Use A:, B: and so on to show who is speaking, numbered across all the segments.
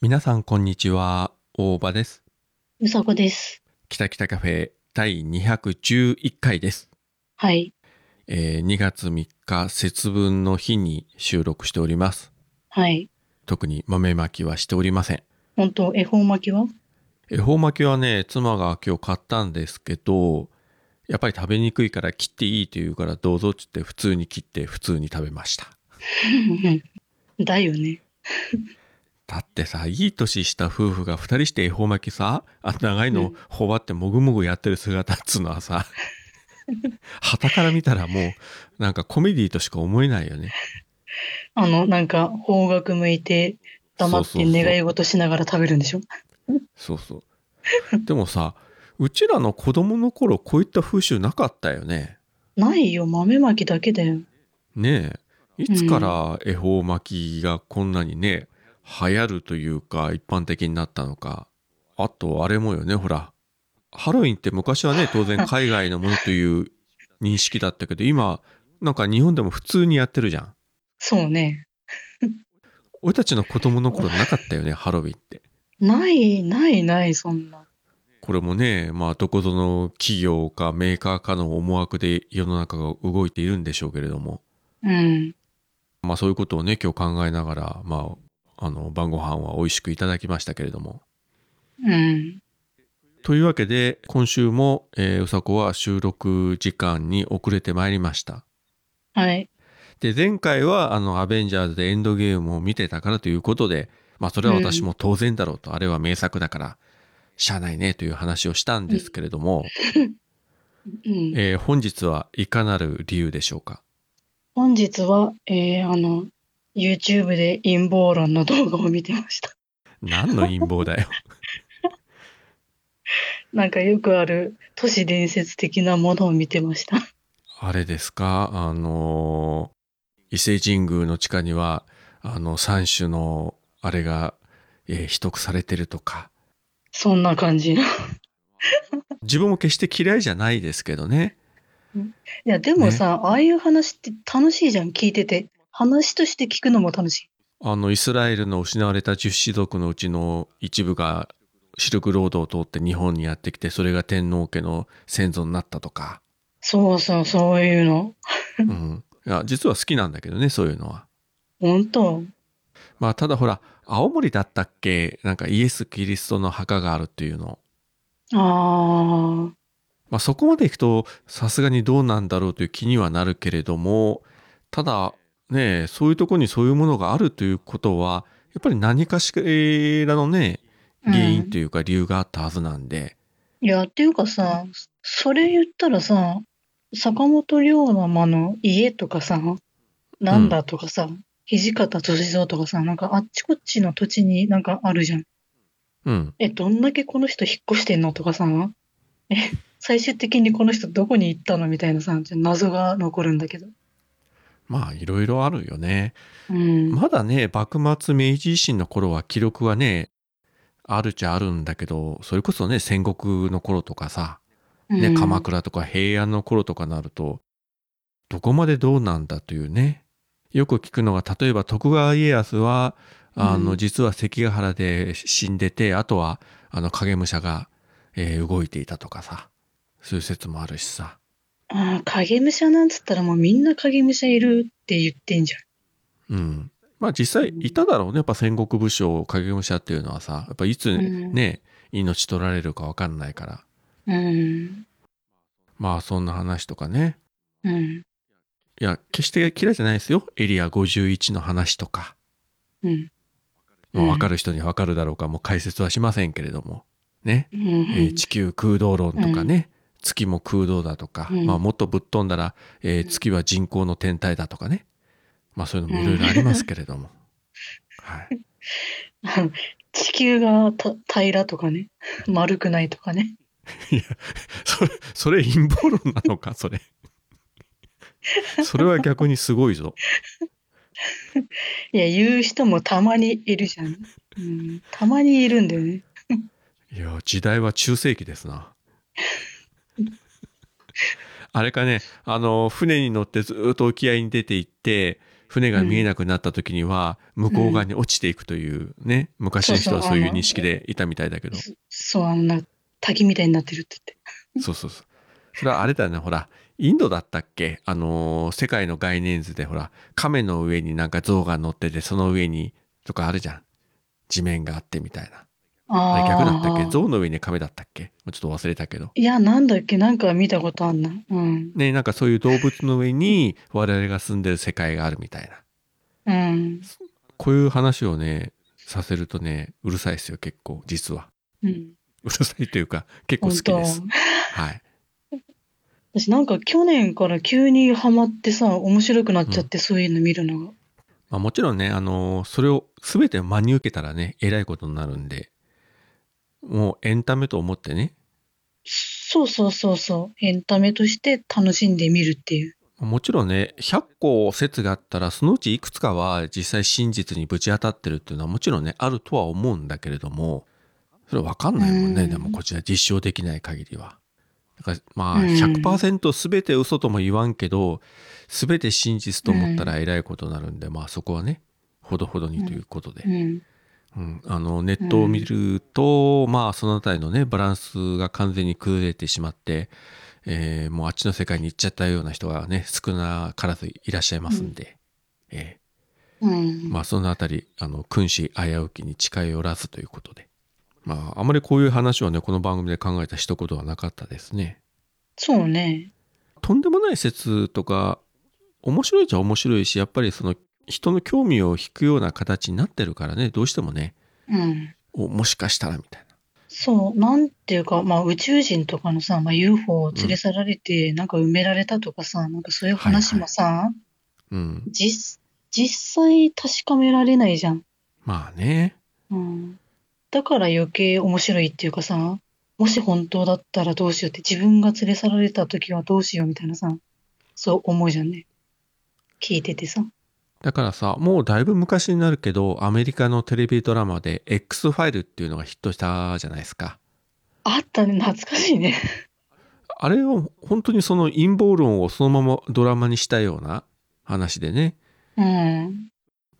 A: 皆さんこんにちは大場です
B: うさこです。
A: 北北カフェ第211回です、
B: はい。
A: えー2月3日節分の日に収録しております
B: はい。
A: 特に豆まきはしておりません
B: 本当恵方巻きは
A: 恵方巻きはね妻が今日買ったんですけどやっぱり食べにくいから切っていいというからどうぞっつって普通に切って普通に食べました
B: だよね。
A: だってさいい年した夫婦が2人して恵方巻きさあ長いのほばってもぐもぐやってる姿っつうのはさ傍から見たらもうなんかコメディとしか思えないよね
B: あの、なんか、方角向いて、黙っ
A: そう
B: て
A: そうそう
B: 願い事しながら食べるんでしょ
A: そうそうでもさうちらの子供の頃こういった風習なかったよね
B: ないよ、豆巻きだけだよ。
A: ねえいつから恵方巻きがこんなにね流行るというか一般的になったのかあとあれもよねほらハロウィンって昔はね当然海外のものという認識だったけど今なんか日本でも普通にやってるじゃん
B: そうね。
A: 俺たちの子供の頃なかったよねハロウィンって
B: ない、ない、ない、そんな。
A: これもねまあどこぞの企業かメーカーかの思惑で世の中が動いているんでしょうけれども
B: うん。
A: まあそういうことをね今日考えながらまああの晩ご飯は美味しくいただきましたけれども
B: うん。
A: というわけで今週も、えーうさこは収録時間に遅れてまいりました
B: はい。
A: で前回はあの「アベンジャーズ」でエンドゲームを見てたからということでまあそれは私も当然だろうと、あれは名作だからしゃあないねという話をしたんですけれども、
B: うん。
A: えー本日はいかなる理由でしょうか
B: 本日は、えー、あの、YouTube で陰謀論の動画を見てました。
A: 何の陰謀だよ
B: なんかよくある都市伝説的なものを見てました。
A: あれですかあのー伊勢神宮の地下にはあの三種のあれが、えー秘匿されてるとか
B: そんな感じ。い
A: 自分も決して嫌いじゃないですけどね
B: や、でもさ、ああいう話って楽しいじゃん、聞いてて。話として聞くのも楽しい。
A: あのイスラエルの失われた十種族のうちの一部がシルクロードを通って日本にやってきてそれが天皇家の先祖になったとか、
B: そうそう、そういうの。
A: うん、いや実は好きなんだけどねそういうのは。
B: 本当
A: まあただほら青森だったっけなんかイエス・キリストの墓があるっていうの。
B: ああ、
A: まあ、そこまでいくとさすがにどうなんだろうという気にはなるけれどもただねそういうところにそういうものがあるということはやっぱり何かしらのね
B: うん
A: 原因というか理由があったはずなんで、
B: いや、っていうかさ、それ言ったらさ、坂本龍馬の家とかさ、なんだとかさ、土方歳三とかさ、なんかあっちこっちの土地になんかあるじゃん。
A: うん、
B: え、どんだけこの人引っ越してんのとかさ、え、最終的にこの人どこに行ったのみたいなさ、ちょっと謎が残るんだけど。
A: まあいろいろあるよね。
B: うん。
A: まだね幕末明治維新の頃は記録はねあるっちゃあるんだけどそれこそね戦国の頃とかさ、ね
B: うん
A: 鎌倉とか平安の頃とかなるとどこまでどうなんだというねよく聞くのが例えば徳川家康はあの、
B: うん
A: 実は関ヶ原で死んでてあとはあの影武者が、えー動いていたとかさそういう説もあるしさ
B: ああ、影武者なんつったらもうみんな影武者いるって言ってんじゃん。
A: うんまあ実際いただろうねやっぱ戦国武将影武者っていうのはさやっぱいつ
B: うん
A: ね、命取られるか分かんないから
B: うん。
A: まあそんな話とかね
B: うん。
A: いや決して嫌いじゃないですよエリア51の話とか。
B: うん。
A: まあ、
B: うん
A: 分かる人には分かるだろうかもう解説はしませんけれどもね、
B: う
A: えー
B: ん。
A: 地球空洞論とかね、月も空洞だとか、
B: うん
A: まあ、もっとぶっ飛んだら、えー月は人工の天体だとかね、まあ、そういうのもいろいろありますけれども、 はい、
B: 地球がた平らとかね、 丸くないとかね。
A: それそれ陰謀論なのかそ れそれは逆にすごいぞ
B: いや、言う人もたまにいるじゃん。うん、たまにいるんだよね。
A: いや時代は中世紀ですな あれかねあの船に乗ってずーっと沖合に出て行って船が見えなくなった時には向こう側に落ちていくというね、昔の人はそういう認識でいたみたいだけど
B: そそう、あんな滝みたいになってるって
A: そうそうそうそれはあれだねほらインドだったっけあのー世界の概念図でほら亀の上になんか象が乗っててその上にとかあるじゃん地面があってみたいな
B: 言って。あ
A: あれ
B: あ。
A: 逆だったっけ象の上に亀だったっけもうちょっと忘れたけど
B: いや、なんだっけ、なんか見たことあんな。うん。
A: ねなんかそういう動物の上に我々が住んでる世界があるみたいな
B: うん。
A: こういう話をねさせるとねうるさいですよ結構実は
B: うん。
A: うるさいというか結構好
B: 本
A: き
B: 当
A: ですはい
B: 私なんか去年から急にハマってさ、面白くなっちゃって、そういうの見るのが。
A: まあ、もちろんね、あのーそれを全て真に受けたらね、えらいことになるんで、もうエンタメと思ってね、
B: そうそうそうそう。エンタメとして楽しんでみるっていう。
A: もちろんね、100個説があったら、そのうちいくつかは実際真実にぶち当たってるっていうのはもちろんね、あるとは思うんだけれども、それわかんないもんね、
B: うん
A: でもこちら実証できない限りは。だからまあ
B: うん
A: 100%全て嘘とも言わんけど、全て真実と思ったらえらいことになるんで、まあそこはね、ほどほどにということで
B: う。ん。
A: うん、あのネットを見ると、まあそのあたりのねバランスが完全に崩れてしまって、えーもうあっちの世界に行っちゃったような人がね少なからずいらっしゃいますんで、え
B: うん。
A: ーまあそのあたりあの君子危うきに近寄らずということでまああまりこういう話はねこの番組で考えた一言はなかったですね。
B: そうね。
A: とんでもない説とか面白いじゃ面白いしやっぱりその人の興味を引くような形になってるからねどうしてもね
B: うん。
A: おもしかしたらみたいな。
B: そう、なんていうか、まあ宇宙人とかのさ、まあ UFO を連れ去られて、なんか埋められたとかさ、なんかそういう話もさ、
A: うん、
B: 実、実際確かめられないじゃん。
A: まあね。
B: うん。だから余計面白いっていうかさ、もし本当だったらどうしようって、自分が連れ去られた時はどうしようみたいなさ、そう思うじゃんね。聞いててさ。
A: だからさ、もうだいぶ昔になるけど、アメリカのテレビドラマで X ファイルっていうのがヒットしたじゃないですか。
B: あったね、懐かしいね。
A: あれを本当にその陰謀論をそのままドラマにしたような話でね。
B: うん。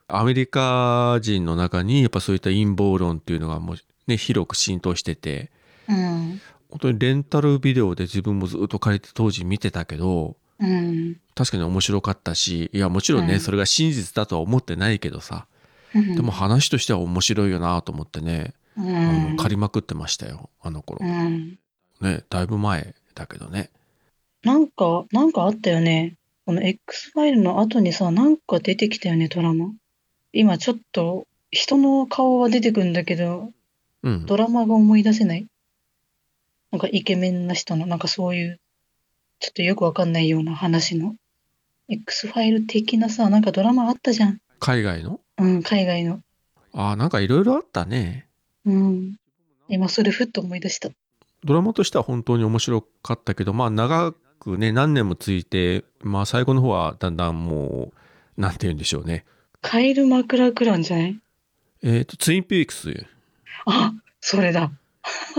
A: アメリカ人の中にやっぱそういった陰謀論っていうのがもうね、広く浸透してて、
B: うん。
A: 本当にレンタルビデオで自分もずっと借りて当時見てたけど、
B: うん。
A: 確かに面白かったし、いやもちろんね、
B: うん
A: それが真実だとは思ってないけどさ、
B: うん
A: でも、話としては面白いよなと思ってね、
B: う
A: あ
B: ん
A: の。借りまくってましたよあの頃
B: うん。
A: ねだいぶ前だけどね
B: なんか、なんかあったよね。この X ファイルの後にさ、なんか出てきたよね、ドラマ。今ちょっと、人の顔は出てくるんだけど、
A: うん
B: ドラマが思い出せない。なんかイケメンな人の、なんかそういう、ちょっとよくわかんないような話の。X ファイル的なさ、なんかドラマあったじゃん。
A: 海外の
B: うん、海外の。
A: あーなんかいろいろあったね
B: うん。今それふっと思い出した。
A: ドラマとしては本当に面白かったけどまあ長くね何年もついてまあ最後の方はだんだんもうなんて言うんでしょうね
B: カエルマクラクランじゃない
A: えっ、とツインピークスい
B: あ、それだ。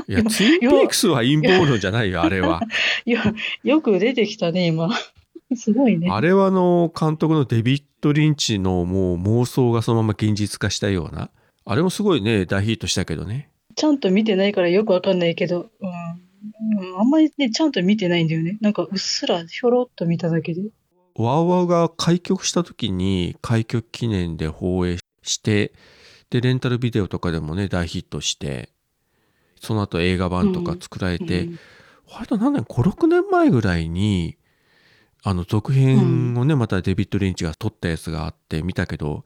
A: やツインピークスは陰謀論じゃないよあれは
B: よ、よく出てきたね、今。 すごいね。
A: あれはあの監督のデビッド・リンチのもう妄想がそのまま現実化したようなあれもすごいね大ヒットしたけどね
B: ちゃんと見てないからよくわかんないけど、うん。うんあんまりね、ちゃんと見てないんだよね。なんかうっすらひょろっと見ただけで。
A: ワウワウが開局した時に開局記念で放映してでレンタルビデオとかでもね大ヒットしてその後映画版とか作られて、
B: うん
A: 割と何年56年前ぐらいにあの続編をね、またデビッド・リンチが撮ったやつがあって見たけど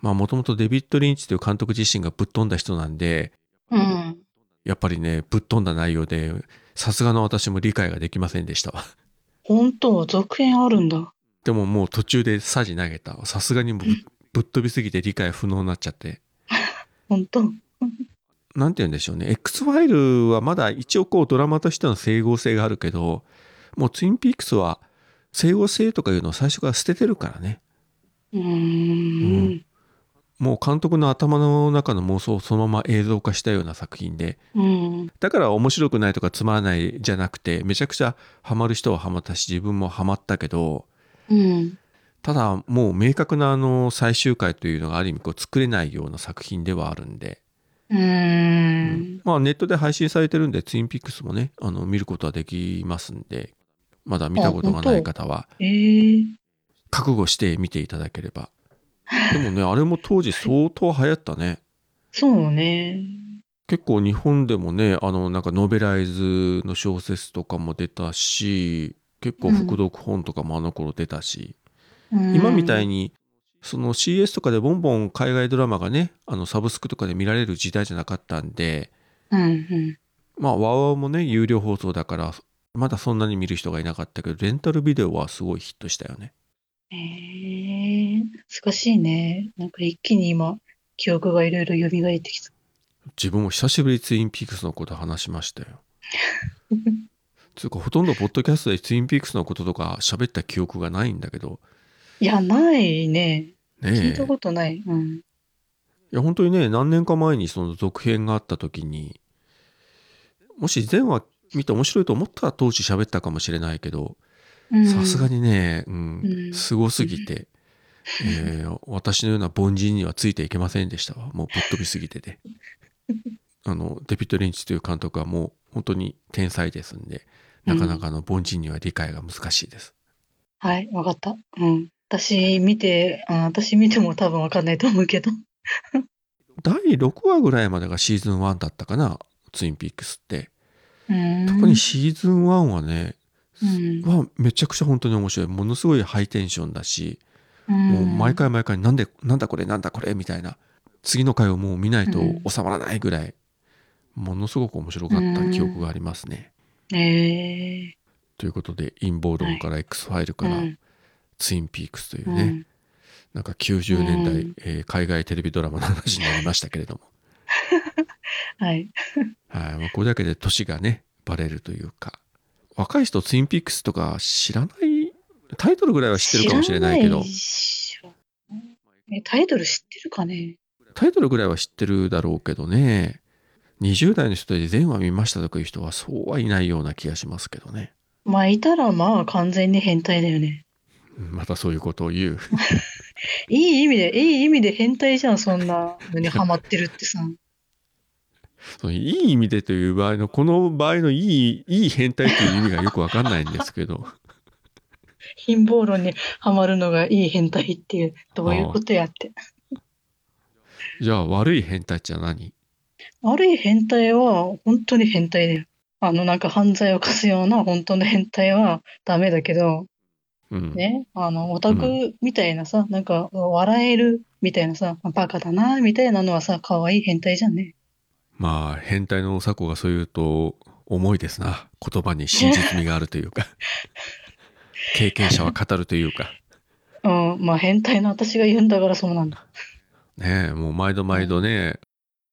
A: まあもともとデビッド・リンチという監督自身がぶっ飛んだ人なんで
B: うん。
A: やっぱりねぶっ飛んだ内容でさすがの私も理解ができませんでしたわ。
B: 本当、続編あるんだ。
A: でももう途中でサジ投げた。さすがにぶぶっ飛びすぎて理解不能になっちゃって。
B: 本当。
A: なんて言うんでしょうね。X ファイルはまだ一応こうドラマとしての整合性があるけど、もうツインピークスは整合性とかいうのを最初から捨ててるからね。
B: うーん。
A: もう監督の頭の中の妄想をそのまま映像化したような作品で、
B: うん。
A: だから面白くないとかつまらないじゃなくて、めちゃくちゃハマる人はハマったし、自分もハマったけど、
B: うん。
A: ただもう明確なあの最終回というのがある意味こう作れないような作品ではあるんで、
B: うーん。
A: まあネットで配信されてるんでツインピックスもねあの見ることはできますんでまだ見たことがない方は
B: えー、
A: 覚悟して見ていただければでもねあれも当時相当流行ったね
B: そうね。
A: 結構日本でもねあのなんかノベライズの小説とかも出たし結構副読本とかもあの頃出たし、今みたい
B: に。
A: にその CS とかでボンボン海外ドラマがねあのサブスクとかで見られる時代じゃなかったんで
B: うんうん。
A: まあワウワウもね有料放送だからまだそんなに見る人がいなかったけどレンタルビデオはすごいヒットしたよね
B: えー、難しいね。なんか一気に今、記憶がいろいろ蘇ってきた。
A: 自分も久しぶりにツインピークスのこと話しました よつうかほとんどポッドキャストでツインピークスのこととか喋った記憶がないんだけど
B: いや、ないね。聞い
A: ねえ
B: たことない。うん。
A: いや本当にね何年か前にその続編があった時にもし前話見て面白いと思ったら当時喋ったかもしれないけど
B: うん
A: さすが。にね、うん
B: うん
A: すごすぎて、えー私のような凡人にはついていけませんでしたわもうぶっ飛びすぎて てあのデビッド・リンチという監督はもう本当に天才ですんでなかなかあの凡人には理解が難しいです、
B: はい、わかった。うん。私見て、あ私見ても多分わかんないと思うけど。
A: 第6話ぐらいまでがシーズン1だったかなツインピークスって
B: うん。
A: 特にシーズン1はね、
B: うん
A: はめちゃくちゃ本当に面白いものすごいハイテンションだし、
B: うん、
A: もう毎回毎回なんでなんだこれなんだこれみたいな次の回をもう見ないと収まらないぐらい、ものすごく面白かった記憶がありますね。
B: ええ
A: ということで陰謀論から X ファイル
B: う
A: から
B: ん
A: ツインピークスといううね、
B: ん
A: なんか90年代、
B: うん
A: えー海外テレビドラマの話になりましたけれども、
B: はい。
A: はいまあこれだけで年がねバレるというか若い人ツインピークスとか知らないタイトルぐらいは知ってるかもしれないけど
B: 知らっしょえ、タイトル知ってるかね
A: タイトルぐらいは知ってるだろうけどね20代の人で全話見ましたとかいう人はそうはいないような気がしますけどね
B: まあ、いたらまあ完全に変態だよね。
A: うんまたそういうことを言う
B: いい意味で、いい意味で変態じゃん、そんなのにハマってるってさ。
A: そのいい意味でという場合のこの場合のいいいい変態という意味がよくわかんないんですけど
B: 貧乏論にハマるのがいい変態っていう、どういうことやって。
A: じゃあ悪い変態って何
B: 悪い変態は本当に変態だよ。あのなんか犯罪を犯すような本当の変態はダメだけど、
A: うん、
B: ね、あのオタクみたいなさ、なんか笑えるみたいなさ、バカだなみたいなのはさ、可愛い変態じゃんね。
A: まあ変態のおさこがそう言うと重いですな言葉に真実味があるというか経験者は語るというか
B: うん、まあ変態の私が言うんだからそうなんだ。
A: ねえもう毎度毎度ね、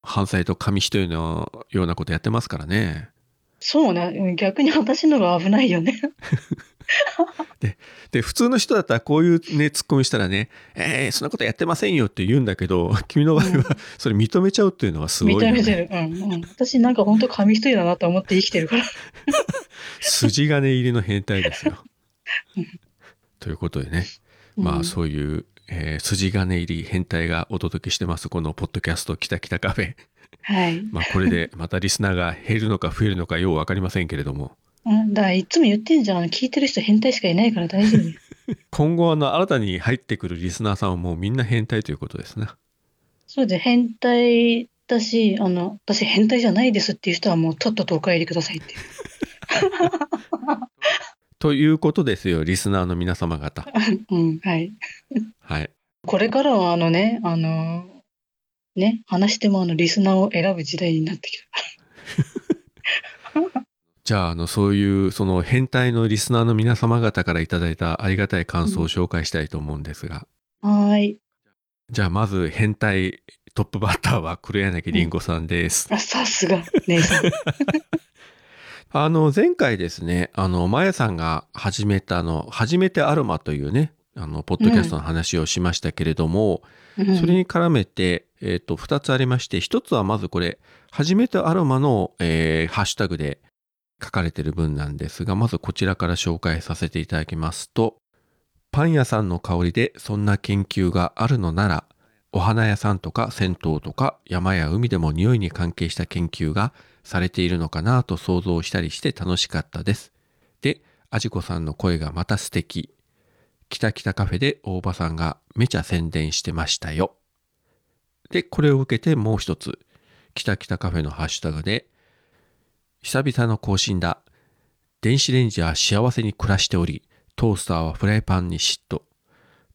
A: 犯罪と紙一重のようなことやってますからね
B: そうね、逆に私のが危ないよね。
A: で普通の人だったらこういうねツッコミしたらね「えー、そんなことやってませんよ」って言うんだけど 君の場合
B: うん
A: はそれ認めちゃうっていうのがすごいよ
B: 認めて
A: ね
B: る。うん、うん。私なんか本当紙一重だなと思って生きてるから。
A: 筋金入りの変態ですよ
B: うん。
A: ということでねま
B: う
A: あ
B: ん
A: そういう、えー筋金入り変態がお届けしてますこのポッドキャスト「きたきたカフェ」
B: はい。
A: まあこれでまたリスナーが減るのか増えるのかよう分かりませんけれども
B: うん、だからいつも言ってんじゃん。聞いてる人変態しかいないから大丈夫。
A: 今後あの新たに入ってくるリスナーさんはもうみんな変態ということですね。
B: そうで変態だし、あの、私変態じゃないですっていう人はもうとっととお帰りくださいって。
A: ということですよリスナーの皆様方。
B: うん、はい。
A: はい、
B: これからはあのね、あの、ね、話してもあの、リスナーを選ぶ時代になってきた。
A: じゃああのそういうその変態のリスナーの皆様方からいただいたありがたい感想を紹介したいと思うんですが、
B: はーい。
A: じゃあまず変態トップバッターは黒柳りんごさんです。
B: あ、さすが、姉さん。
A: あの前回ですねあのまやさんが始めたあの「初めてアロマ」というねあのポッドキャストの話をしましたけれども、
B: うん
A: それに絡めて、えっ、と、二つありまして、一つはまずこれ、初めてアロマの、えーハッシュタグで書かれてる文なんですが、まずこちらから紹介させていただきますと、パン屋さんの香りでそんな研究があるのならお花屋さんとか銭湯とか山や海でも匂いに関係した研究がされているのかなと想像したりして楽しかったです。で、あじこさんの声がまた素敵。きたきたカフェで大場さんがめちゃ宣伝してましたよ。で、これを受けてもう一つ。きたきたカフェのハッシュタグで、久々の更新だ。電子レンジは幸せに暮らしており、トースターはフライパンに嫉妬。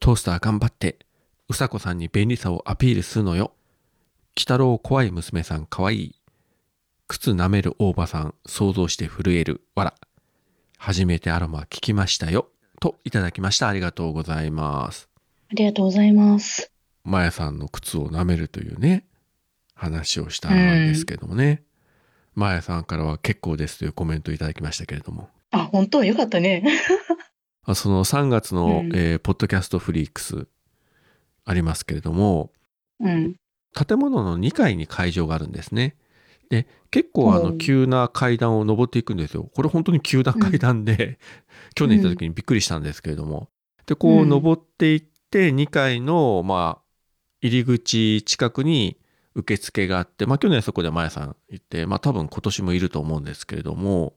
A: トースター頑張って。うさこさんに便利さをアピールするのよ。鬼太郎怖い娘さんかわいい。靴舐める大場さん想像して震える。わら。初めてアロマ聞きましたよ。といただきました。ありがとうございます。
B: ありがとうございます。
A: まやさんの靴を舐めるというね、話をしたんですけどもね。まやさんからは結構ですというコメントをいただきましたけれども。
B: あ、本当よかったね。
A: あその3月の、
B: うん
A: えーポッドキャストフリークスありますけれども、
B: うん。
A: 建物の2階に会場があるんですね。で、結構あ
B: う
A: の
B: ん
A: 急な階段を登っていくんですよ。これ本当に急な階段で、去年行った時にびっくりしたんですけれども。で、こ
B: う
A: うん登っていって2階の、まあ、入り口近くに受付があって、まあ去年そこでマヤさん行って、まあ多分今年もいると思うんですけれども、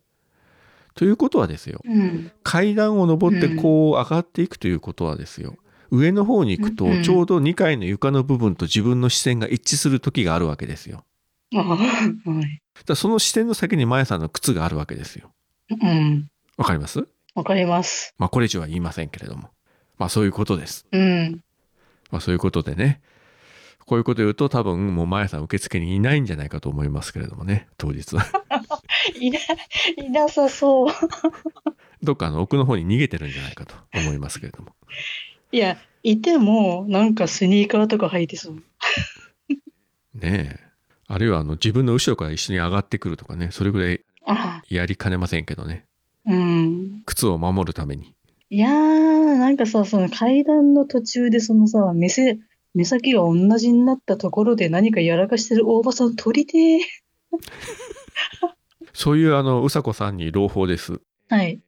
A: ということはですよ。
B: うん。
A: 階段を登ってこう上がっていくということはですよ、上の方に行くと
B: うん
A: ちょうど2階の床の部分と自分の視線が一致する時があるわけですよ
B: ああ、はい。
A: だからその視線の先にマヤさんの靴があるわけですよ
B: うん。
A: わかります
B: わかります。
A: まあこれ以上は言いませんけれどもまあそういうことです
B: うん。
A: まあそういうことでねこういうこと言うと多分もうマヤさん受付にいないんじゃないかと思いますけれどもね当日
B: いな、いなさそう。
A: どっかの奥の方に逃げてるんじゃないかと思いますけれども
B: いや、いても、なんかスニーカーとか履いてそう。
A: ねえあるいはあの自分の後ろから一緒に上がってくるとかねそれぐらい
B: あ
A: やりかねませんけどね
B: あ、うん。
A: 靴を守るために
B: いやー、なんかさ、その階段の途中でそのさ、目せ、目先が同じになったところで何かやらかしてる大場さん撮りてー。
A: そういうあのうさこさんに朗報です、
B: はい。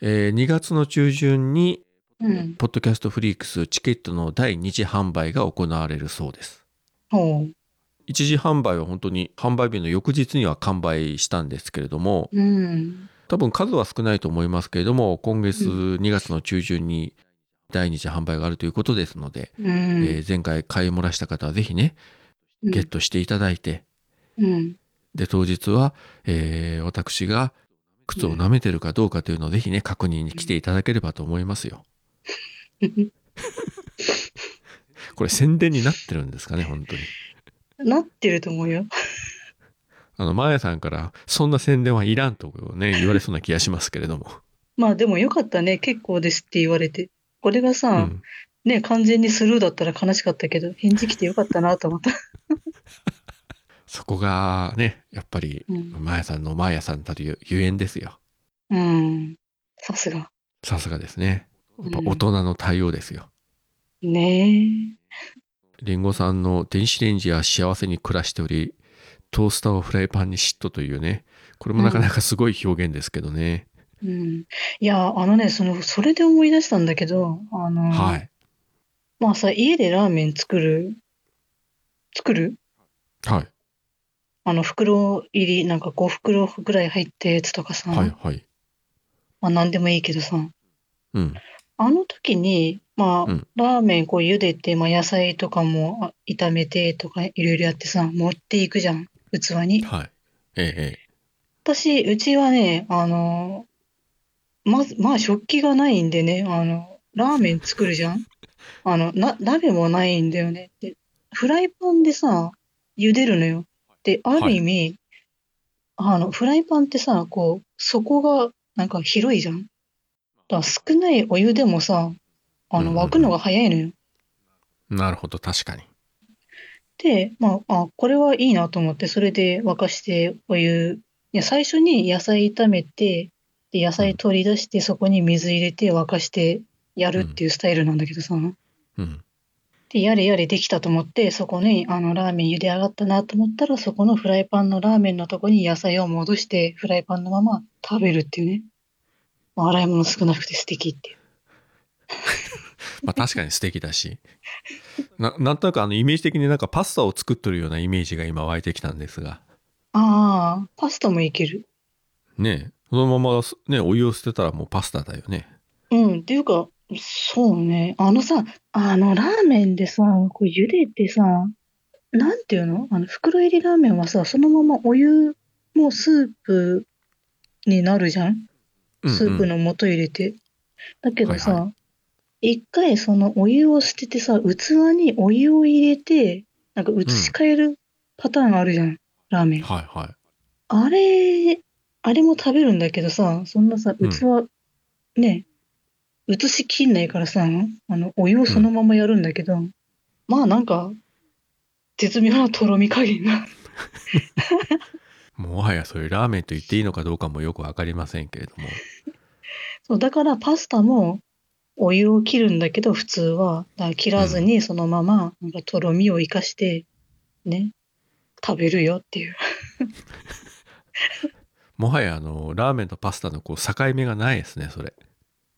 A: えー2月の中旬に
B: うん。
A: ポッドキャストフリークスチケットの第2次販売が行われるそうです
B: ほう。
A: 1次販売は本当に販売日の翌日には完売したんですけれども
B: うん。
A: 多分数は少ないと思いますけれども今月
B: う
A: 2月の中旬に第2次販売があるということですので、
B: う
A: え
B: ん。
A: ー前回買い漏らした方はぜひねゲットしていただいて、
B: うん。
A: で当日は、えー私が靴を舐めてるかどうかというのをぜひね確認に来ていただければと思いますよ。
B: うん。
A: これ宣伝になってるんですかね本当に。
B: なってると思うよ。
A: あのマーヤさんからそんな宣伝はいらんとね言われそうな気がしますけれども。
B: まあでもよかったね。結構ですって言われて。これ が
A: う
B: さ、
A: ん、
B: ね、完全にスルーだったら悲しかったけど、返事来てよかったなと思った。
A: そこがねやっぱり
B: うん。
A: マーヤさんのマーヤさんたるゆゆえんですよ。
B: うん。さすが。
A: さすがですね。やっぱ大人の対応ですよ。
B: ね
A: リンゴさんの電子レンジは幸せに暮らしておりトースターをフライパンに嫉妬というねこれもなかなかすごい表現ですけどね。
B: え。うん。いや、あのね、その、それで思い出したんだけど、あの、
A: はい。
B: まあさ、家でラーメン作る、作る
A: はい。
B: あの、袋入り、なんか5袋ぐらい入ったやつとかさ、
A: はい。はい。
B: まあ何でもいいけどさ、
A: うん。
B: あの時に、まあ、
A: うん
B: ラーメンこう茹でて、まあ野菜とかもあ炒めてとかいろいろやってさ、持っていくじゃん、器に。
A: はい。ええ。
B: 私、うちはね、あの、まず、まあ食器がないんでね、あの、ラーメン作るじゃん。あの、な、鍋もないんだよね。で、フライパンでさ、茹でるのよ。で、ある意味、あの、フライパンってさ、こう、底がなんか広いじゃん。だから少ないお湯でもさ、あ
A: うんうんう
B: の、
A: ん
B: 沸くのが早いのよ。
A: なるほど、確かに。
B: で、まあ、あ、これはいいなと思って、それで沸かしてお湯、いや、最初に野菜炒めて、で、野菜取り出して、そこに水入れて沸かしてやるっていうスタイルなんだけどさ、
A: うん。
B: で、やれやれできたと思って、そこにあのラーメン茹で上がったなと思ったら、そこのフライパンのラーメンのとこに野菜を戻して、フライパンのまま食べるっていうね。まあ洗い物少なくて素敵っていう。
A: まあ確かに素敵だし ななんとなくあのイメージ的になんかパスタを作ってるようなイメージが今湧いてきたんですが
B: ああ、パスタもいける。
A: ねえそのまま、ね、お湯を捨てたらもうパスタだよね
B: うん、っていうか、そうね。あのさ、あのラーメンでさ、こう茹でてさ、なんていうのあの袋入りラーメンはさ、そのままお湯もスープになるじゃん
A: うんうん
B: スープの素入れて。だけど
A: はい
B: さ、一、回そのお湯を捨ててさ、器にお湯を入れて、なんか移し替えるパターンがあるじゃん、ラーメン。
A: はいはい
B: あれ、あれも食べるんだけどさ、そんなさ、器、
A: うん
B: ね、移しきんないからさ、あの、お湯をそのままやるんだけど、まあなんか、絶妙な とろみ加減が。
A: もはやそれラーメンと言っていいのかどうかもよく分かりませんけれども
B: そう、だからパスタも、お湯を切るんだけど、普通は、だから切らずにそのまま、なんかとろみを生かして、ね、食べるよっていう。
A: もはやあのラーメンとパスタのこう境目がないですねそれ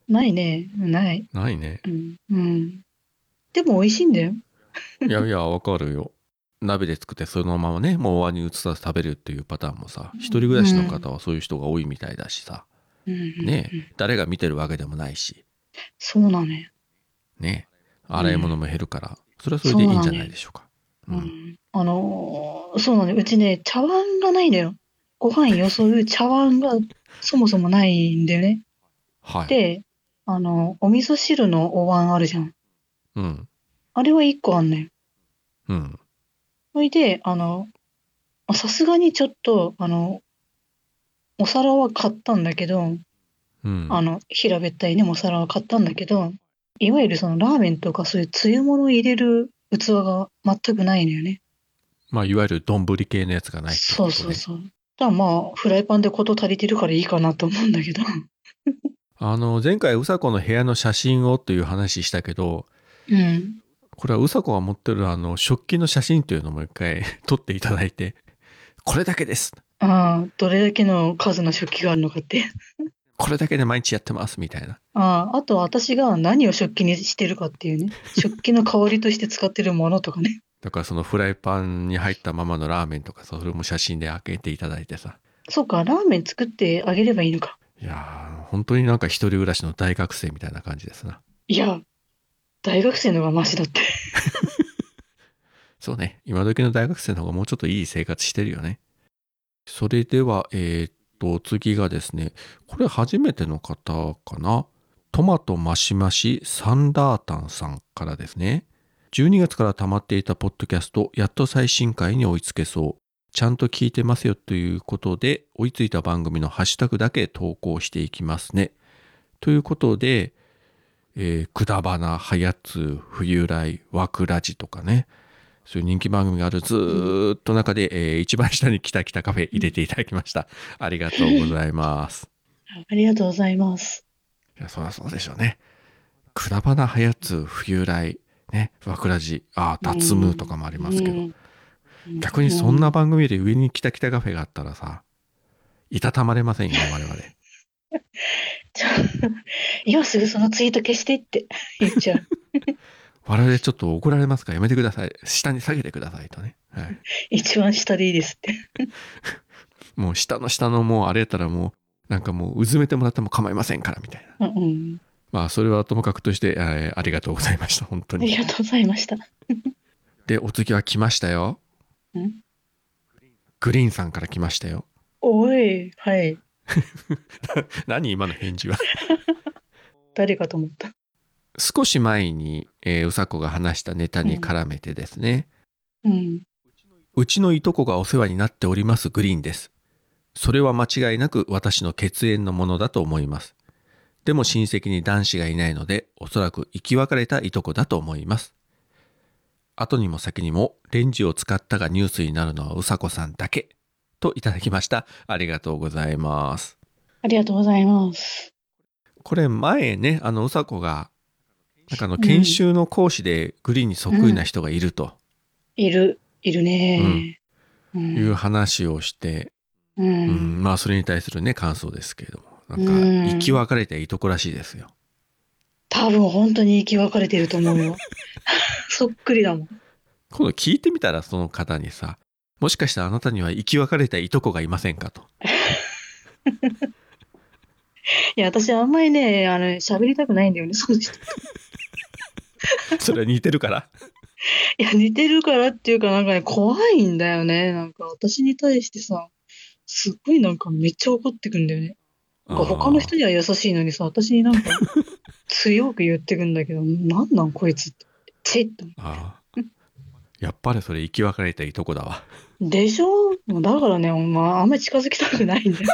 B: ないね、ない。
A: ないね
B: うん。うん。でも美味しいんだよ。
A: いやいやわかるよ鍋で作ってそのままねもうお椀に移さず食べるっていうパターンもさ一人暮らしの方はそういう人が多いみたいだしさ
B: うん。
A: ね
B: うん
A: 誰が見てるわけでもないし
B: そうなのよ。
A: ね洗い物も減るからそれはそれでいいんじゃないでしょうかう
B: うんんあのーそうなの、うちね、茶碗がないのよ。ご飯よそう茶碗がそもそもないんでね。
A: はい
B: で、あの、お味噌汁のお椀あるじゃん。
A: うん
B: あれは1個あんのよ。
A: うん
B: それで、あの、さすがにちょっと、あの、お皿は買ったんだけど、
A: うん
B: あの、平べったいね、お皿は買ったんだけど、いわゆるそのラーメンとかそういうつゆ物を入れる器が全くないのよね。
A: まあいわゆる丼系のやつがないってこと
B: そ
A: ね
B: うそうそう。だからまあ、フライパンで事足りてるからいいかなと思うんだけど。
A: あの前回うさこの部屋の写真をという話したけど
B: うん。
A: これはうさこが持ってるあの食器の写真というのも一回 撮っていただいてこれだけです
B: ああ、どれだけの数の食器があるのかって。
A: これだけで毎日やってますみたいな
B: ああ、あと私が何を食器にしてるかっていうね。食器の代わりとして使ってるものとかね。
A: だからそのフライパンに入ったままのラーメンとかさそれも写真で開けていただいてさ
B: そうか、ラーメン作ってあげればいいのか。
A: いやー本当になんか一人暮らしの大学生みたいな感じですない
B: や、大学生の方がマシだって。
A: そうね今時の大学生の方がもうちょっといい生活してるよねそれではえーっと次がですねこれ初めての方かなトマトマシマシサンダータンさんからですね12月から溜まっていたポッドキャストやっと最新回に追いつけそうちゃんと聞いてますよということで追いついた番組のハッシュタグだけ投稿していきますねということで、えー、くだばな、はやつ、冬来、わくらじとかね、そういう人気番組があるずーっと中で、えー一番下にきたきたカフェ入れていただきました。ありがとうございます。
B: ありがとうございます。
A: いや、そりゃそうでしょうね。くだばな、はやつ、冬来、ね、わくらじ、あー、たつむとかもありますけど、
B: うんうん
A: 逆にそんな番組より上にきたきたカフェがあったらさ、いたたまれませんよ、 我々。
B: ちょ今すぐそのツイート消してって言っち ゃう。
A: 我々ちょっと怒られますからやめてください。下に下げてくださいとね。はい。
B: 一番下でいいですって。
A: もう下の下のもうあれやったらもうなんかもううずめてもらっても構いませんからみたいな
B: うんうん。
A: まあそれはともかくとして、えーありがとうございました本当
B: あり
A: に
B: がとうございました。
A: でお次は来ましたよ
B: ん
A: グリーンさんから来ましたよ
B: おい、はい。
A: 何今の返事は
B: 誰かと思った。
A: 少し前に、えーうさこが話したネタに絡めてですね、
B: うん。
A: うちのいとこがお世話になっておりますグリーンです。それは間違いなく私の血縁のものだと思います。でも親戚に男子がいないので、おそらく生き別れたいとこだと思います。後にも先にも、レンジを使ったがニュースになるのはうさこさんだけ。といただきました。ありがとうございます。
B: ありがとうございます。
A: これ前ね、あのうさこが、なんかあの研修の講師でグリーンにそっくりな人がいると
B: いる、いるね。う。
A: いうん話をして、
B: う。
A: うんん、まあそれに対するね感想ですけれどもな
B: うんん
A: か生き別れたいとこらしいですよ、
B: 多分本当に生き分かれてると思 うよ。そっくりだもん。
A: 今度聞いてみたらその方にさもしかしたらあなたには生き別れたいとこがいませんか と
B: いや、私あんまりね、あの、喋りたくないんだよね、そうして。
A: それは似てるから
B: いや、似てるからっていうかなんかね、怖いんだよね。なんか私に対してさ、すっごいなんかめっちゃ怒ってくんだよね。なんか他の人には優しいのにさ、私になんか強く言ってくんだけ ど、なんなんこいつって。チッと。
A: あーあーやっぱりそれ生き別れたいとこだわ
B: でしょもうだからね、お前あんまり近づきたくないん だよ。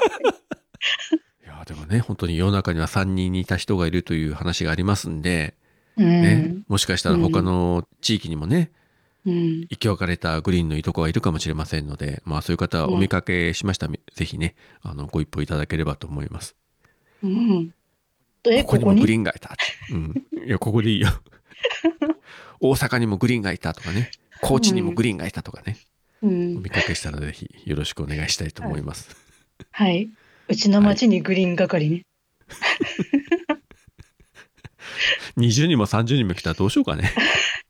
A: いやーでもね本当に世の中には3人にいた人がいるという話がありますんで、
B: うん。
A: ね、もしかしたら他の地域にもね
B: うん。
A: 生き別れたグリーンのいとこがいるかもしれませんので、まあ、そういう方お見かけしましたら、ぜひねあのご一報いただければと思います。
B: うん。え、
A: ここ
B: こ
A: に
B: こ
A: も
B: に
A: グリーンがいたって。うん。いや、ここで いいよ。大阪にもグリーンがいたとかね。高知にもグリーンがいたとかね。
B: うん
A: お。見かけしたらぜひよろしくお願いしたいと思います。
B: はい。うちの町にグリーン係ね。
A: 20人も30人も来たらどうしようかね。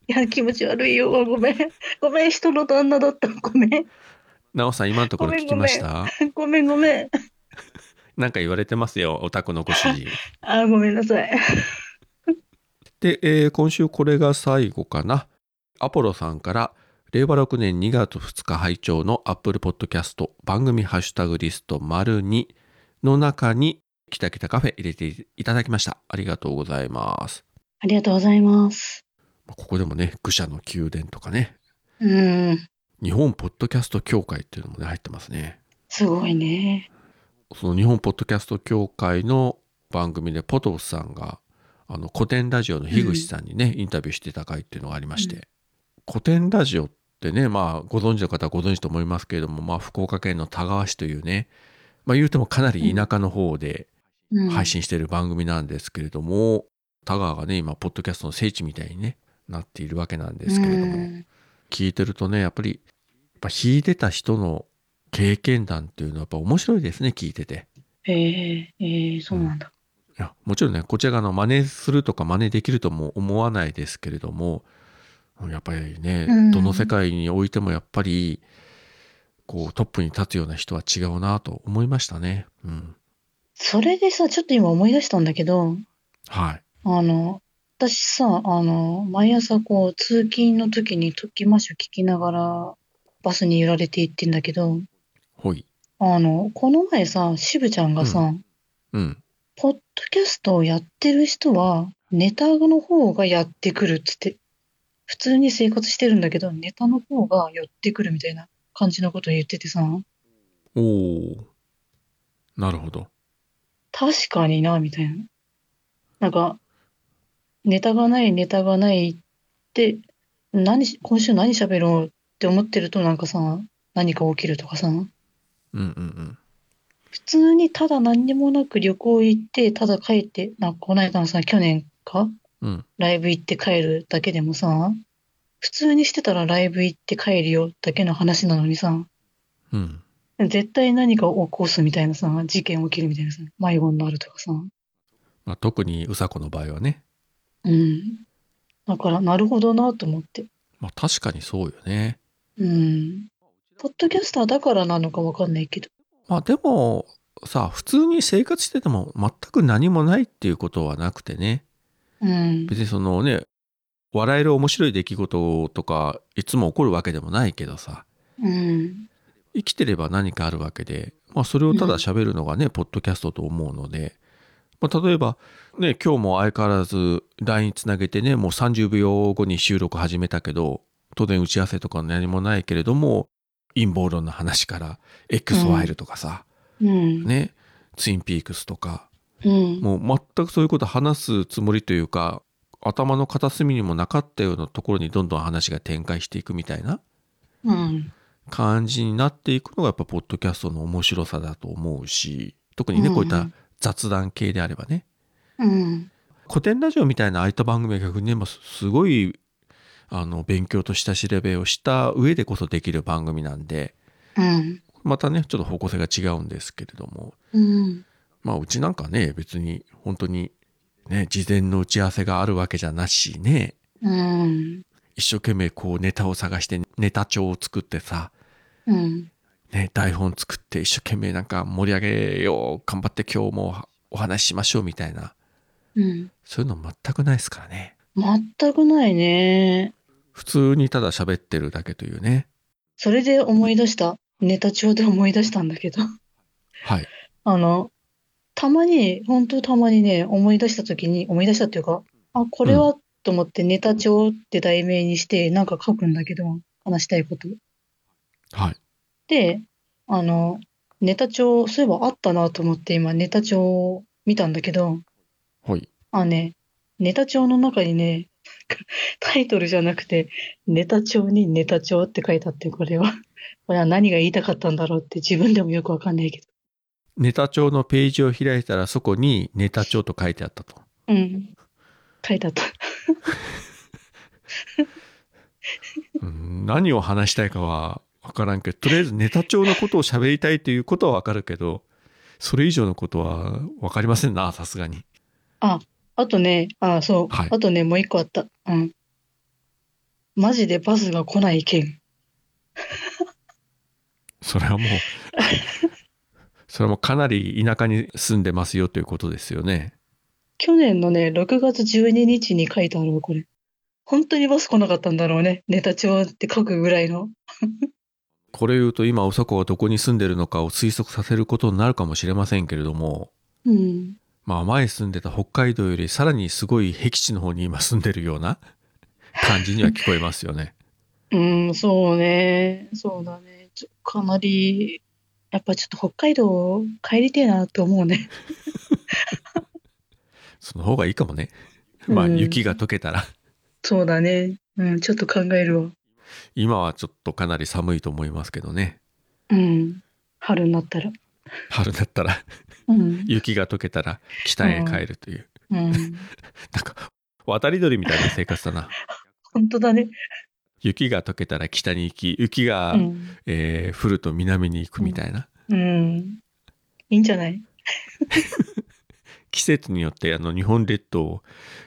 B: いや、気持ち悪いよ。ごめん。 ごめん、人の旦那だった。ごめん。
A: なおさん、今のところ聞きました
B: ごめん、ごめん。
A: なんか言われてますよ、お宅のご主人。
B: あ、ごめんなさい。
A: で、えー今週これが最後かな。アポロさんから、令和6年2月2日拝聴の Apple Podcast 番組ハッシュタグリスト丸2の中に、きたきたカフェ入れていただきました。ありがとうございます。
B: ありがとうございます。
A: まあここでもね、愚者の宮殿とかね、
B: うん。
A: 日本ポッドキャスト協会っていうのもね、入ってますね。
B: すごいね。
A: その日本ポッドキャスト協会の番組でポトフさんがあの古典ラジオの樋口さんにね、インタビューしてた回っていうのがありまして、
B: うん
A: 古典ラジオってねまあご存知の方はご存知と思いますけれども、まあ、福岡県の田川市というねまあ言うてもかなり田舎の方で
B: うん、
A: 配信してる番組なんですけれども、田川がね今ポッドキャストの聖地みたいに、ね、なっているわけなんですけれども、
B: うん
A: 聞いてるとねやっぱりやっぱ弾いてた人の経験談っていうのはやっぱ面白いですね聞いてて。
B: えー、えー、そうなんだ。
A: いやもちろんねこちらがあの真似するとか真似できるとも思わないですけれどもやっぱりね、
B: うん
A: どの世界においてもやっぱりこうトップに立つような人は違うなと思いましたね。うん、
B: それでさ、ちょっと今思い出したんだけど、
A: はい、
B: あの、私さ、あの、毎朝こう、通勤の時に特急マッシュ聞きながら、バスに揺られて行ってんだけど、
A: ほい、
B: あの、この前さ、しぶちゃんがさ、
A: ううん、
B: ポッドキャストをやってる人は、ネタの方がやってくるっつって、普通に生活してるんだけど、ネタの方が寄ってくるみたいな感じのことを言っててさ、
A: おおなるほど。
B: 確かにな、みたいな。なんか、ネタがない、ネタがないって、何し、今週何喋ろうって思ってるとなんかさ、何か起きるとかさ、
A: うんうんうん。
B: 普通にただ何にもなく旅行行って、ただ帰って、なんかこの間のさ、去年か
A: うん、
B: ライブ行って帰るだけでもさ、普通にしてたらライブ行って帰るよだけの話なのにさ、
A: うん、
B: 絶対何かを起こすみたいなさ、事件起きるみたいなさ、迷子になるとかさ。
A: まあ、特にうさこの場合はね、
B: うん。だから、なるほどなと思って。
A: まあ、確かにそうよね。
B: うん。ポッドキャスターだからなのかわかんないけど。
A: まあでもさ普通に生活してても全く何もないっていうことはなくてね
B: うん。
A: 別にそのね笑える面白い出来事とかいつも起こるわけでもないけどさ
B: うん。
A: 生きてれば何かあるわけで、まあ、それをただ喋るのがね、ポッドキャストと思うので、まあ、例えばね今日も相変わらず LINE つなげてねもう30秒後に収録始めたけど当然打ち合わせとか何もないけれども陰謀論の話から X ファイルとかさ、
B: うん。
A: ねツインピークスとか
B: うん。
A: もう全くそういうこと話すつもりというか頭の片隅にもなかったようなところにどんどん話が展開していくみたいな
B: うん。
A: 感じになっていくのがやっぱポッドキャストの面白さだと思うし特にね
B: うん
A: こういった雑談系であればね、
B: うん。
A: 古典ラジオみたいなああいった番組は逆にねもうすごいあの勉強と下調べをした上でこそできる番組なんで
B: うん。
A: またねちょっと方向性が違うんですけれども
B: うん。
A: まあうちなんかね別に本当にね、事前の打ち合わせがあるわけじゃなしね、
B: うん。
A: 一生懸命こうネタを探してネタ帳を作ってさ、
B: うん。
A: ね、台本作って一生懸命なんか盛り上げよう、頑張って今日もお話ししましょうみたいな、
B: うん。
A: そういうの全くないですからね。
B: 全くないね。
A: 普通にただ喋ってるだけというね。
B: それで思い出した。ネタ帳で思い出したんだけど。
A: はい。
B: あの、たまに、本当たまにね、思い出したときに、思い出したっていうか、あ、これは、と思ってネタ帳って題名にして、なんか書くんだけど、話したいこと。
A: はい。
B: で、あの、ネタ帳、そういえばあったなと思って今ネタ帳を見たんだけど、
A: はい。
B: あね、ネタ帳の中にね、 タイトルじゃなくて、ネタ帳にネタ帳って書いてあって、これは、これは何が言いたかったんだろうって自分でもよくわかんないけど。
A: ネタ帳のページを開いたらそこにネタ帳と書いてあったと。
B: うん。書いてあった。
A: うん何を話したいかは分からんけどとりあえずネタ帳のことを喋りたいということは分かるけどそれ以上のことは分かりませんなさすがに
B: あとね、あ、そう、
A: はい
B: あとね、もう一個あった。うん。マジでバスが来ない件。
A: それはもう それはもうかなり田舎に住んでますよということですよね
B: 去年のね、6月12日に書いてあるわ、これ。本当にバス来なかったんだろうね。ネタ帳って書くぐらいの。
A: これ言うと今おそこはどこに住んでるのかを推測させることになるかもしれませんけれども
B: うん。
A: まあ前住んでた北海道よりさらにすごい僻地の方に今住んでるよう な感じには聞こえますよね
B: うん、そうね。そうだね。ちょかなり、やっぱちょっと北海道帰りてえなと思う ね。
A: その方がいいかもねまあ
B: うん
A: 雪が溶けたら
B: そうだね。うん、ちょっと考えるわ。
A: 今はちょっとかなり寒いと思いますけどね
B: うん。春になったら。
A: 春だった ら
B: うん。
A: 雪が溶けたら北へ帰るという、
B: うん。
A: なんか渡り鳥みたいな生活だな
B: 本当だね。
A: 雪が溶けたら北に行き雪が、
B: うん。
A: えー降ると南に行くみたいな、
B: うん。いいんじゃない
A: 季節によってあの日本列島を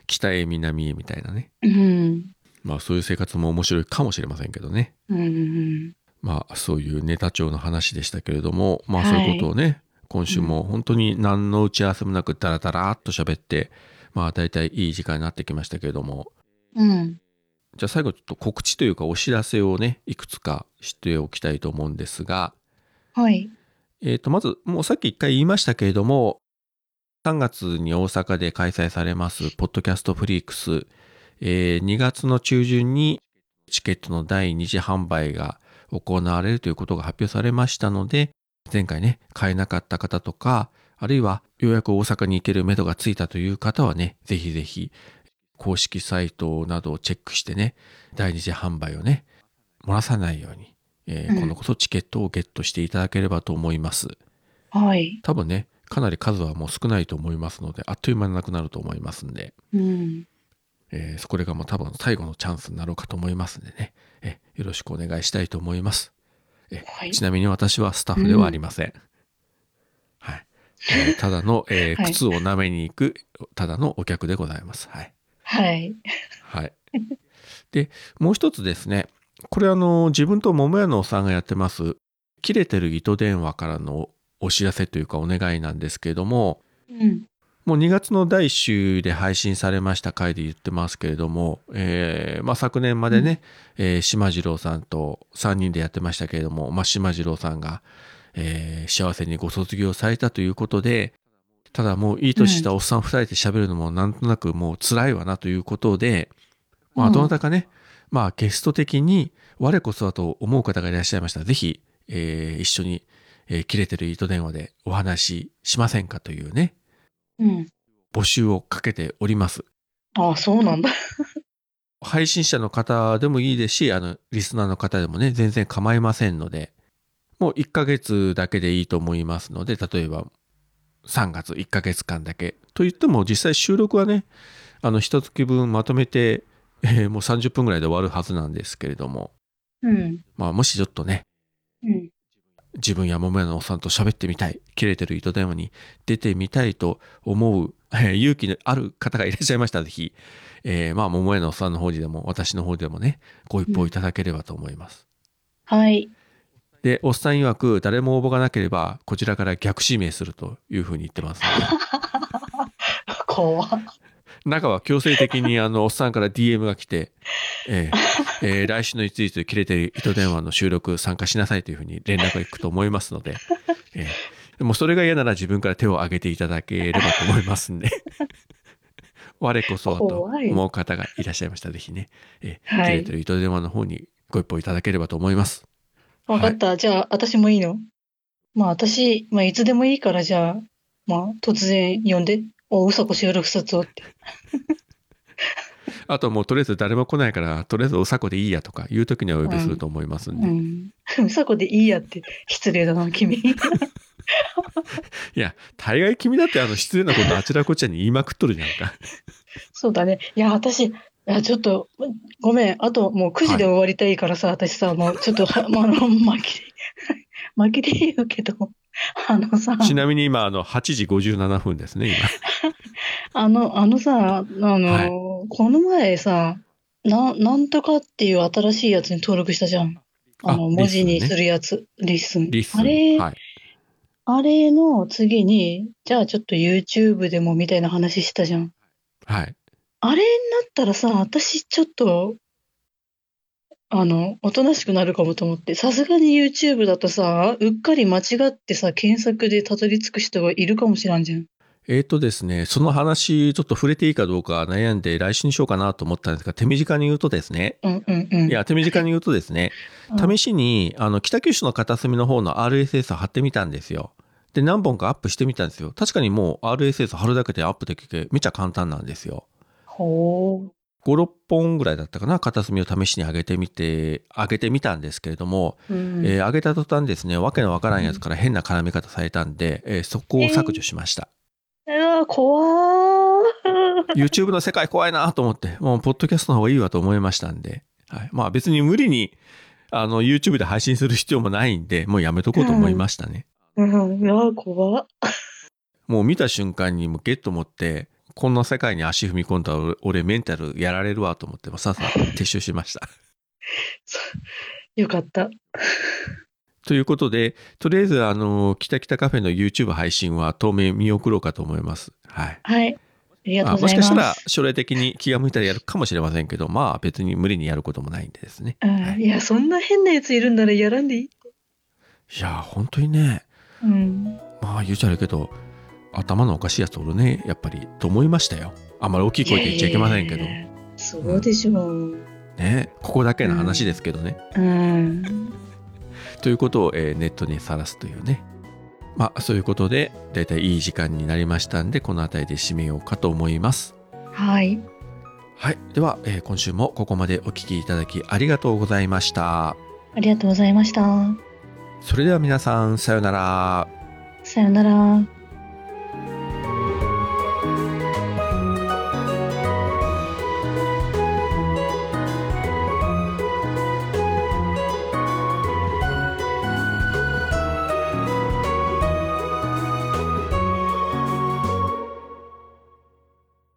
A: 北へ南へみたいなね
B: うん。
A: まあそういう生活も面白いかもしれませんけどね
B: うん。
A: まあそういうネタ帳の話でしたけれどもまあそういうことをね、今週も本当に何の打ち合わせもなくダラダラっと喋ってまあ大体いい時間になってきましたけれども
B: うん。
A: じゃあ最後ちょっと告知というかお知らせをねいくつかしておきたいと思うんですが、
B: はい。
A: えー、とまずもうさっき一回言いましたけれども3月に大阪で開催されますポッドキャストフリークス、えー2月の中旬にチケットの第2次販売が行われるということが発表されましたので前回ね買えなかった方とかあるいはようやく大阪に行ける目処がついたという方はねぜひぜひ公式サイトなどをチェックしてね第2次販売をね漏らさないように、えー
B: うん
A: 今度こそチケットをゲットしていただければと思います
B: はい。
A: 多分ねかなり数はもう少ないと思いますのであっという間になくなると思いますんで、
B: うん。
A: えーそこれがもう多分最後のチャンスになろうかと思いますんでねえよろしくお願いしたいと思います
B: はい。
A: ちなみに私はスタッフではありません、はい、えーただの、えー
B: はい
A: 靴を舐めに行くただのお客でございますはい
B: はい。
A: はい。で、もう一つですね。これあの、自分と桃屋のおっさんがやってます、切れてる糸電話からのお知らせというかお願いなんですけれども、
B: うん。
A: もう2月の第1週で配信されました回で言ってますけれども、えーまあ、昨年までね、えー島次郎さんと3人でやってましたけれども、まあ、島次郎さんが、えー幸せにご卒業されたということで、ただもういい年したおっさん2人で喋るのもなんとなくもう辛いわなということで、まあ、
B: うん
A: どなたかね、まあ、ゲスト的に我こそはと思う方がいらっしゃいましたら、ぜひ、えー一緒に、えー切れてる糸電話でお話ししませんかというね、
B: うん。
A: 募集をかけております。
B: ああ、そうなんだ。
A: 配信者の方でもいいですし、あの、リスナーの方でもね、全然構いませんので、もう1ヶ月だけでいいと思いますので、例えば3月1ヶ月間だけ。と言っても、実際収録はね、あの、1月分まとめて、えーもう30分ぐらいで終わるはずなんですけれども、
B: うん。
A: まあ、もしちょっとね、
B: うん。
A: 自分や桃屋のおっさんと喋ってみたい、切れてる糸電話に出てみたいと思う えー勇気のある方がいらっしゃいましたら、 ぜひ、えーまあ、桃屋のおっさんの方にでも、私の方でもね、ご一報いただければと思います。
B: はい。
A: で、おっさん曰く、誰も応募がなければ、こちらから逆指名するというふうに言ってますので、
B: 怖っ
A: 中は強制的に、あの、おっさんから DM が来て、えー えー来週のいついつ切れてる糸電話の収録参加しなさいというふうに連絡が行くと思いますので、えーでもそれが嫌なら自分から手を挙げていただければと思います んで、我こそはと思う方がいらっしゃいましたら、ぜひね、えー
B: は
A: 切
B: い
A: れてる糸電話の方にご一報いただければと思います。
B: わかった。じゃあ、私もいいのまあ、私、まあ、いつでもいいから、じゃあ、まあ、突然呼んで、お、うさこ収録卒をって。
A: あともうとりあえず誰も来ないから、とりあえずおさこでいいやとかいう時にはお呼びすると思いますんで。
B: う
A: い
B: ん。うさこでいいやって、失礼だな、君。
A: や、大概君だってあの失礼なことあちらこちらに言いまくっとるじゃんか。
B: そうだね。いや、私、いや、ちょっと、ごめん。あと、もう9時で終わりたいからさ、私さ、もうちょっと、はまあ、あの、負けで、負けで言うけど、あのさ、
A: ちなみに今、あの、8時57分ですね、
B: あの、あのさ、あの、
A: はい
B: この前さ、な、なんとかっていう新しいやつに登録したじゃん。あの、
A: あ
B: 文字に
A: リスンね
B: するやつ、リスン。
A: 今。リス
B: あれ、
A: はい。
B: あれの次に、じゃあちょっと YouTube でもみたいな話したじゃん。
A: はい。
B: あれになったらさ、私ちょっと、あの、おとなしくなるかもと思って、さすがに YouTube だとさ、うっかり間違ってさ、検索でたどり着く人がいるかもしらんじゃん。
A: えっ、とですね、その話、ちょっと触れていいかどうか悩んで、来週にしようかなと思ったんですが、手短に言うとですね、
B: うんうんうん。
A: いや、手短に言うとですね、
B: う
A: 試
B: ん、
A: しに、あの、北九州の片隅の方の RSS 貼ってみたんですよ。で、何本かアップしてみたんですよ。確かにもう RSS 貼るだけでアップできて、めっちゃ簡単なんですよ。
B: ほう。
A: 5、6本ぐらいだったかな、片隅を試しに上げてみて、上げてみたんですけれども、
B: うん
A: えー上げた途端ですね、わけのわからんやつから変な絡み方されたんで、えーそこを削除しました。
B: うわ、怖ー。
A: YouTube の世界怖いなと思って、もう、ポッドキャストの方がいいわと思いましたんで、はい、まあ別に無理に、あの、YouTube で配信する必要もないんで、もうやめとこうと思いましたね。
B: うん、うわ、怖っ。
A: もう見た瞬間にもうゲッと思って、こんな世界に足踏み込んだら俺俺メンタルやられるわと思って、もうさっさと撤収しました。
B: よかった。
A: ということで、とりあえずあの、キタキタカフェの YouTube 配信は当面見送ろうかと思います。はい。
B: はい。ありがとう
A: あ
B: ご
A: も
B: ざ
A: し
B: い
A: か
B: ま
A: し
B: す。
A: たら将来的に気が向いたらやるかもしれませんけど、まあ別に無理にやることもないんでですね。は
B: うん、
A: い
B: いや、そんな変なやついるんならやらんでいい。
A: いやー、本当にね、
B: うん。
A: まあ言うちゃあるけど、頭のおかしいやつおるね、やっぱり、と思いましたよ。あんまり大きい声で言っちゃいけませんけど、
B: いやいやいや。そうでしょう。
A: ね、ここだけの話ですけどね。
B: うん。
A: ということを、えーネットにさらすというね。まあ、そういうことで、だいたいいい時間になりましたんで、この辺りで締めようかと思います。
B: はい。
A: はい。では、えー今週もここまでお聞きいただきありがとうございました。
B: ありがとうございました。
A: それでは皆さん、さようなら。
B: さよなら。